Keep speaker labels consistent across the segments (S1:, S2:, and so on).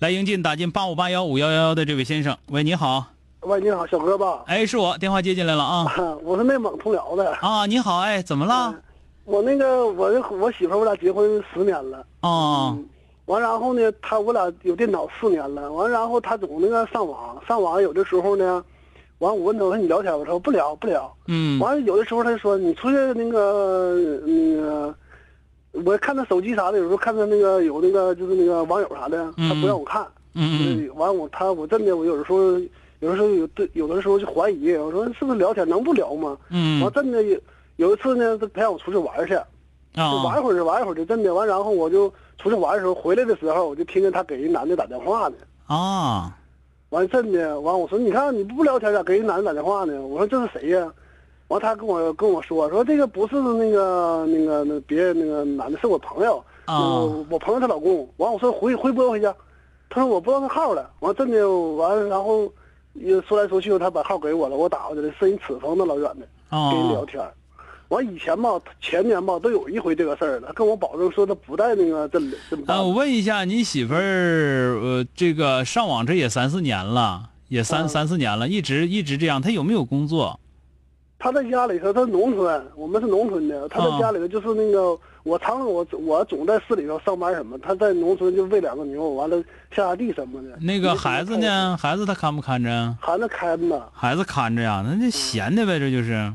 S1: 来迎进打进八五八幺五幺幺幺的这位先生，喂，你好，
S2: 喂，你好，小哥吧？
S1: 哎，是我，电话接进来了啊
S2: 我是内蒙通辽的。
S1: 啊，你好，哎，怎么了？
S2: 我那个，我我媳妇儿，我俩结婚十年了。
S1: 啊，
S2: 完，然后呢，她我俩有电脑四年了。完，然后她总那个上网，上网有的时候呢，完我问她，我说你聊天吧，我说不聊不聊。
S1: 嗯，
S2: 完，有的时候她就说你出去那个那个，我看她手机啥的，有时候看她那个有那个就是那个网友啥的，她不让我看。
S1: 嗯嗯
S2: 嗯，完我他我真的我有的时候有的时候有对有的时候就怀疑，我说是不是聊天能不聊吗？
S1: 嗯
S2: 完真的有有一次呢，他陪我出去玩去，就
S1: 啊
S2: 玩一会儿就玩一会儿就真的完，然后我就出去玩的时候回来的时候，我就听见他给人男的打电话呢。
S1: 啊，
S2: 完真的完，我说你看你不聊天咋给人男的打电话呢？我说这是谁呀、完他跟我跟我说说这个不是那个那个那别人那个男的是我朋友，
S1: 啊
S2: 我我朋友她老公。完我说回回拨回去，他说我不知道他号了。完真的完然后也说来说去他把号给我了，我打过去了，是人赤峰的老远的。跟人聊
S1: 啊，
S2: 天儿。完以前吧，前年吧，都有一回这个事儿了。他跟我保证说他不在那个镇里镇办
S1: 啊，我问一下，你媳妇儿呃，这个上网这也三四年了，也三、
S2: 嗯
S1: 三四年了，一直一直这样，她有没有工作？
S2: 他在家里头，他是农村，我们是农村的。他
S1: 啊
S2: 在家里头就是那个，我常我我总在市里头上班什么，他在农村就喂两个牛，完了下下地什么的。
S1: 那个孩子？呢？孩子他看不看着？
S2: 孩子看呢。
S1: 孩子看着呀，那
S2: 嗯
S1: 这闲的呗，这就是。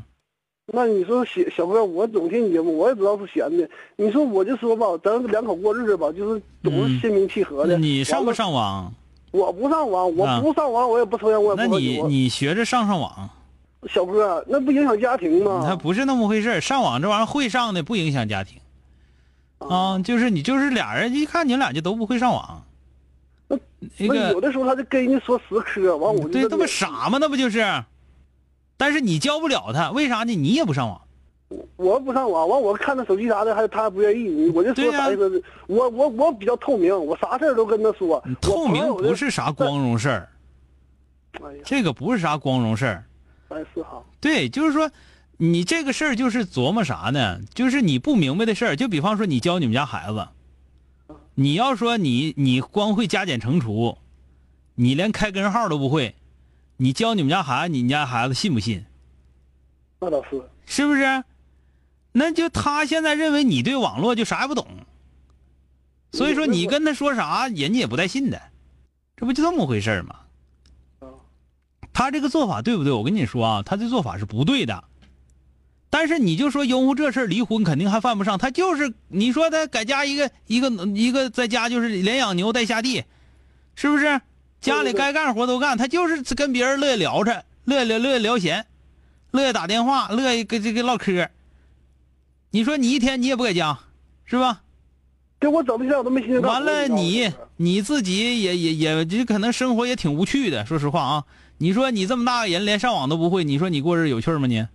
S2: 那你说小小哥，我总听你节目，我也知道是闲的。你说我就说吧，咱两口过日子吧，就是总是心平气和的。
S1: 嗯你上不
S2: 完了？
S1: 上网？
S2: 我不上网，
S1: 啊
S2: 我不上网，我也不抽烟，我也啊
S1: 那
S2: 不喝
S1: 你
S2: 酒。
S1: 你学着上上网，
S2: 小哥，那不影响家庭吗？
S1: 它不是那么回事儿上网这玩意儿会上的不影响家庭，啊，就是你就是俩人一看你俩就都不会上网，
S2: 那
S1: 那
S2: 那
S1: 个
S2: 有的时候他就跟人家说十科，完我就
S1: 对，
S2: 这
S1: 那不傻吗？那不就是？但是你教不了他，为啥呢？你也不上网。
S2: 我不上网，完我看他手机啥的，还他不愿意，我就
S1: 对
S2: 说
S1: 呀
S2: 啥意思？我我我比较透明，我啥事儿都跟他说。
S1: 透
S2: 我朋
S1: 明
S2: 友
S1: 不是啥光荣事儿，
S2: 就，哎呀，
S1: 这个不是啥光荣事儿。
S2: 哎是哈，
S1: 对，就是说，你这个事儿就是琢磨啥呢？就是你不明白的事儿。就比方说，你教你们家孩子，你要说你你光会加减乘除，你连开根号都不会，你教你们家孩子，你们家孩子信不信？
S2: 那倒是。
S1: 是不是？那就他现在认为你对网络就啥也不懂，所以说你跟他说啥，人家也不带信的，这不就这么回事儿吗？
S2: 啊
S1: 他这个做法对不对？我跟你说啊，他这做法是不对的。但是你就说拥护这事儿离婚肯定还犯不上，他就是你说他在家一个一个一个在家就是连养牛带下地，是不是？家里
S2: 对对
S1: 该干活都干，他就是跟别人乐意聊着，乐意聊乐意聊闲，乐意打电话，乐意跟这个唠嗑。你说你一天你也不在家，是吧？
S2: 这我整对象我都没心情干活。
S1: 完了
S2: 你
S1: 你
S2: 知道吗
S1: 你自己也也也这可能生活也挺无趣的，说实话啊。你说你这么大个人连上网都不会，你说你过日子有趣吗你？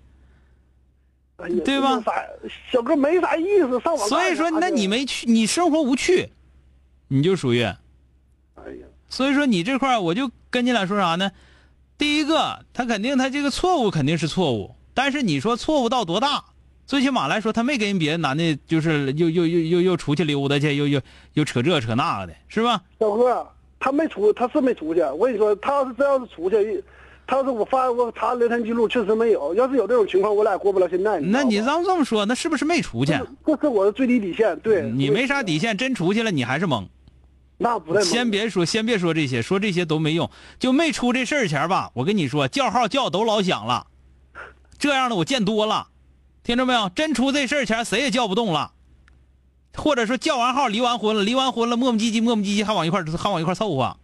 S2: 哎呀
S1: 对吧
S2: 这啥小哥没啥意思，上网干啥。
S1: 所以说，那你
S2: 们，
S1: 没去，你生活无趣，你就属于。
S2: 哎呀，
S1: 所以说你这块儿我就跟你俩说啥呢？第一个，他肯定他这个错误肯定是错误，但是你说错误到多大？最起码来说，他没跟别的男的，就是又又又又又出去溜达去，又又又扯这扯那个的，是吧？
S2: 小哥他没出，他是没出去。我跟你说，他要是真要是出去，他要是我发我查聊天记录，确实没有。要是有这种情况，我俩也过不了现在。你知道
S1: 那
S2: 吗
S1: 你要这么说，那是不是没出去？啊嗯
S2: 这是我的最低底线，对。
S1: 你没啥底线，真出去了你还是懵，
S2: 那不带蒙
S1: 先别说，先别说这些，说这些都没用。就没出这事儿前吧，我跟你说，叫号叫都老响了，这样的我见多了，听着没有？真出这事儿前，谁也叫不动了，或者说叫完号离完婚了，离完婚了磨磨唧唧磨磨唧唧还往一块儿还往一块儿凑合。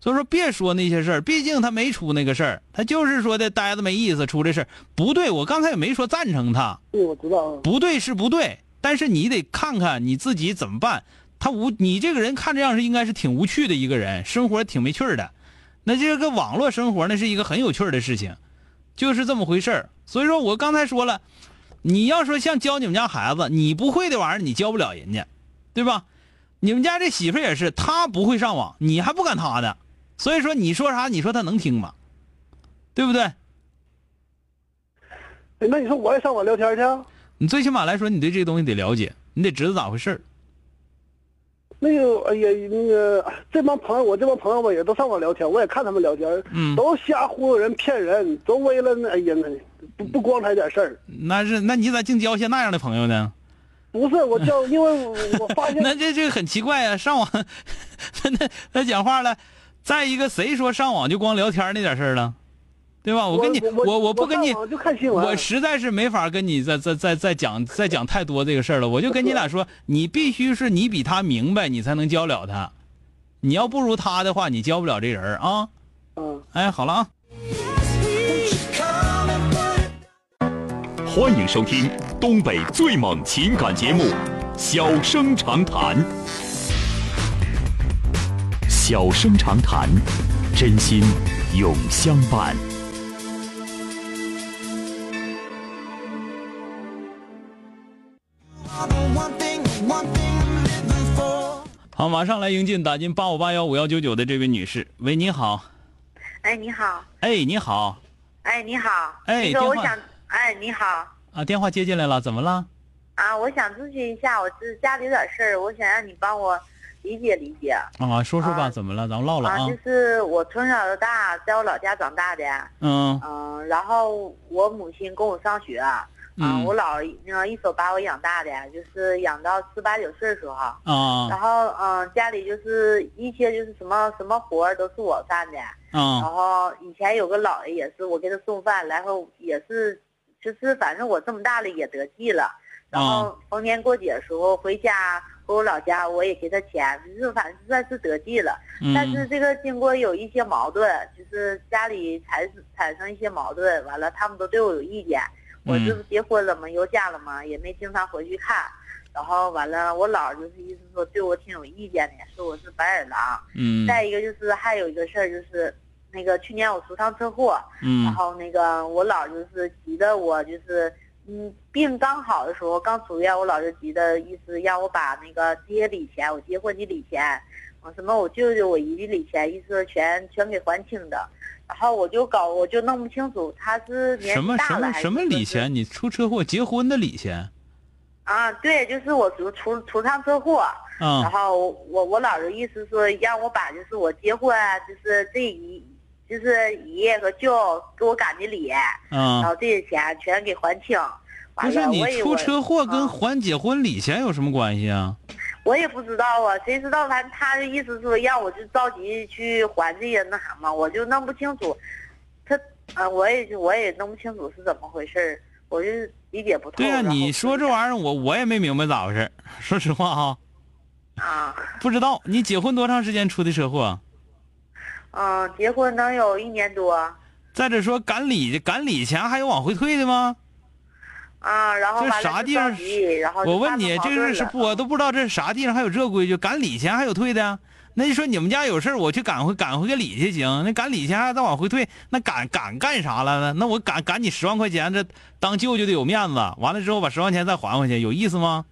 S1: 所以说，别说那些事儿，毕竟他没出那个事儿，他就是说的呆着没意思，出这事儿不对。我刚才也没说赞成他，
S2: 对，我知道啊。
S1: 不对是不对，但是你得看看你自己怎么办。他无你这个人看这样是应该是挺无趣的一个人，生活挺没趣儿的。那这个网络生活那是一个很有趣儿的事情，就是这么回事儿。所以说我刚才说了，你要说像教你们家孩子，你不会的玩意儿你教不了人家，对吧？你们家这媳妇儿也是，她不会上网，你还不赶她呢。所以说你说啥，你说她能听吗？对不对？
S2: 哎那你说我也上网聊天去啊？
S1: 你最起码来说，你对这个东西得了解，你得知道咋回事儿。
S2: 那个，哎呀，那个这帮朋友，我这帮朋友吧，也都上网聊天，我也看他们聊天，
S1: 嗯
S2: 都瞎忽悠人、骗人，都为了那，哎呀，那不不光彩点事儿，
S1: 那是，那你咋净交些那样的朋友呢？
S2: 不是我 叫，因为我我发现
S1: 那这这很奇怪呀、啊上网，那那那讲话了。再一个，谁说上网就光聊天那点事儿了，对吧？
S2: 我
S1: 跟你，
S2: 我
S1: 我
S2: 我
S1: 不跟你
S2: 上，网就看新闻，
S1: 我实在是没法跟你再再再再讲再讲太多这个事儿了。我就跟你俩说，你必须是你比他明白，你才能教了他。你要不如他的话，你教不了这人儿啊。
S2: 嗯。
S1: 哎，好了啊。
S3: 欢迎收听东北最猛情感节目《小生长谈》。小生长谈，真心永相伴。
S1: 好，马上来迎进打进八五八幺五幺九九的这位女士。喂，你好。
S4: 哎，你好，
S1: 哎，你好
S4: 哎，你好，
S1: 哎
S4: 那个我
S1: 电话
S4: 想，哎，你好，
S1: 啊，电话接进来了，怎么了？
S4: 啊，我想咨询一下，我这家里有点事儿，我想让你帮我理解理解。
S1: 啊，说说吧，
S4: 啊
S1: 怎么了？咱们唠唠
S4: 啊
S1: 啊，。
S4: 就是我从小到大在我老家长大的，
S1: 嗯
S4: 嗯、然后我母亲供我上学，啊
S1: 嗯
S4: 我姥儿嗯一手把我养大的，就是养到十八九岁的时候，然
S1: 啊
S4: 后嗯、家里就是一些就是什么什么活儿都是我干的，
S1: 啊
S4: 然后以前有个姥爷也是，我给他送饭，然后也是，就是反正我这么大了也得计了。
S1: 嗯
S4: 然后逢年过节的时候回家回我老家，我也给他钱，就是反正算是得计了。但是
S1: 嗯
S4: 这个经过有一些矛盾，就是家里产产生一些矛盾，完了他们都对我有意见。我
S1: 嗯
S4: 这不结婚了吗？又嫁了吗？也没经常回去看。然后完了，我姥儿就是意思说对我挺有意见的，说我是白眼狼。
S1: 嗯
S4: 再一个就是还有一个事儿就是，那个去年我出趟车祸，然
S1: 嗯
S4: 后那个我姥儿就是急得我就是，嗯，病刚好的时候刚出院，我姥儿就急得意思让我把那个这些礼钱，我结婚的礼钱，我什么我舅舅我姨的礼钱，意思说全全给还清的。然后我就搞我就弄不清楚他是年
S1: 什
S4: 纪
S1: 么
S4: 大
S1: 什么
S4: 了还是
S1: 什么
S4: 说
S1: 礼
S4: 是
S1: 钱？你出车祸结婚的礼钱
S4: 啊？对，就是我出出出趟车祸。然
S1: 啊？
S4: 后我我姥的意思说让我把就是我结婚啊就是这一就是姨爷和舅给我赶的礼，然
S1: 啊，
S4: 后这些钱全给还清。
S1: 不
S4: 完
S1: 是
S4: 了，
S1: 你
S4: 哎我也
S1: 出
S4: 我
S1: 车祸跟
S4: 啊
S1: 还结婚礼钱有什么关系啊？
S4: 我也不知道啊，谁知道反正他的意思说让我就着急去还这些那啥嘛，我就弄不清楚，他啊我也我也弄不清楚是怎么回事儿我就理解不透。
S1: 对呀，
S4: 哦
S1: 啊
S4: 然后
S1: 你说这玩意儿我我也没明白咋回事儿，说实话啊，
S4: 啊
S1: 不知道你结婚多长时间出的车祸啊？
S4: 嗯，结婚能有一年多
S1: 再者说赶礼赶礼钱还有往回退的吗？
S4: 啊，然后
S1: 这
S4: 完了
S1: 啥
S4: 就
S1: 地
S4: 着
S1: 方
S4: 急然哦后就
S1: 我
S4: 发
S1: 问
S4: 生
S1: 你，
S4: 矛
S1: 这
S4: 盾
S1: 个是
S4: 了
S1: 不我
S4: 嗯
S1: 都不知道这是啥地方还有这规矩，赶礼钱还有退的啊、那你说你们家有事儿我去赶回赶回个礼去行？那赶礼钱还再往回退，那赶赶干啥了呢？那我赶赶你十万块钱，这当舅舅的有面子。完了之后把十万块钱再还回去，有意思吗？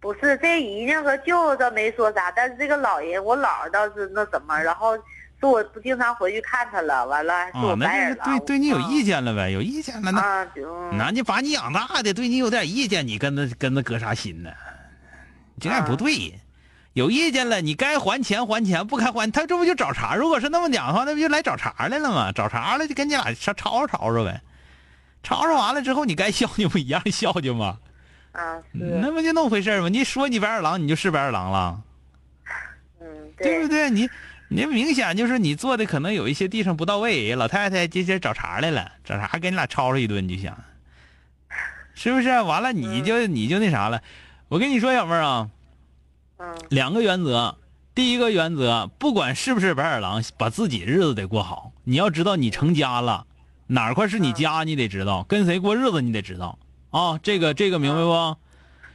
S4: 不是，这姨娘和舅倒没说啥，但是这个姥爷，我姥儿倒是那什么，然后说我不经常回去看他了，完了说
S1: 啊
S4: 我，白
S1: 那
S4: 眼
S1: 就是
S4: 狼，
S1: 对对你有意见了呗，有意见了
S4: 啊
S1: 那。
S4: 啊，嗯
S1: 那你把你养大的，对你有点意见，你跟他跟他搁啥心呢？你这样不对，有意见了，你该还钱还钱，不该还他这不就找茬？如果是那么讲的话，那不就来找茬来了吗？找茬了就跟你俩吵吵吵吵吵呗，吵吵完了之后，你该孝敬不一样孝敬吗？
S4: 啊是，
S1: 嗯那不就那么回事儿吗？你说你白眼狼，你就是白眼狼了。
S4: 嗯，
S1: 对不对？你你明显就是你做的可能有一些地方不到位，老太太今天找茬来了，找茬给你俩吵吵一顿，你就想，是不是？完了你就、你就那啥了。我跟你说，小妹儿啊，
S4: 嗯
S1: 两个原则。第一个原则，不管是不是白眼狼，把自己日子得过好。你要知道，你成家了，哪儿块是你家，你得知道；跟谁过日子，你得知道。啊，这个这个明白不？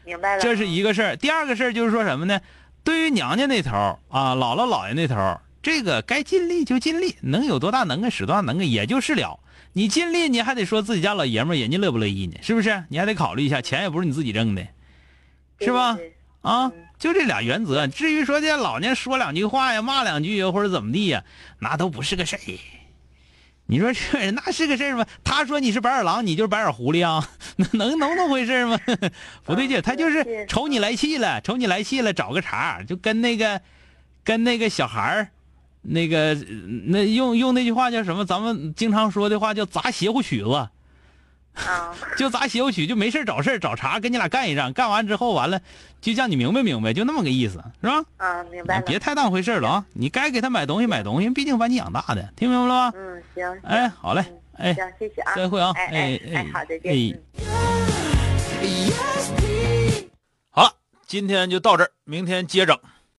S4: 明白了。
S1: 这是一个事儿。第二个事儿就是说什么呢？对于娘家那头儿啊，姥姥姥爷那头儿，这个该尽力就尽力，能有多大能耐使多大能耐，也就是了。你尽力，你还得说自己家老爷们儿人家乐不乐意呢，是不是？你还得考虑一下，钱也不是你自己挣的，
S4: 对
S1: 是吧？
S4: 对对
S1: 啊
S4: 嗯，
S1: 就这俩原则。至于说这老年说两句话呀、骂两句呀，或者怎么地呀，那都不是个事儿。你说这那是个事儿吗？他说你是白眼狼，你就是白眼狐狸啊， 能能能那回事儿吗？ 不对劲，他就是
S4: 是
S1: 瞅你来气了，瞅你来气了，找个茬儿，就跟那个跟那个小孩儿，那个呃那用用那句话叫什么？咱们经常说的话叫砸邪乎曲子。
S4: 啊，
S1: 就砸邪乎曲，就没事儿找事儿找茬，跟你俩干一仗，干完之后完了，就让你明白明白，就那么个意思，是吧？
S4: 啊，明白了。
S1: 别太当回事儿了啊！你该给他买东西买东西，毕竟把你养大的，听明白了吧？
S4: 嗯，行。行
S1: 哎，好嘞，
S4: 嗯
S1: 哎，
S4: 行，谢谢啊。
S1: 再会啊！
S4: 哎
S1: 哎
S4: 哎好，再见。嗯
S1: 哎，好了，今天就到这儿，明天接整。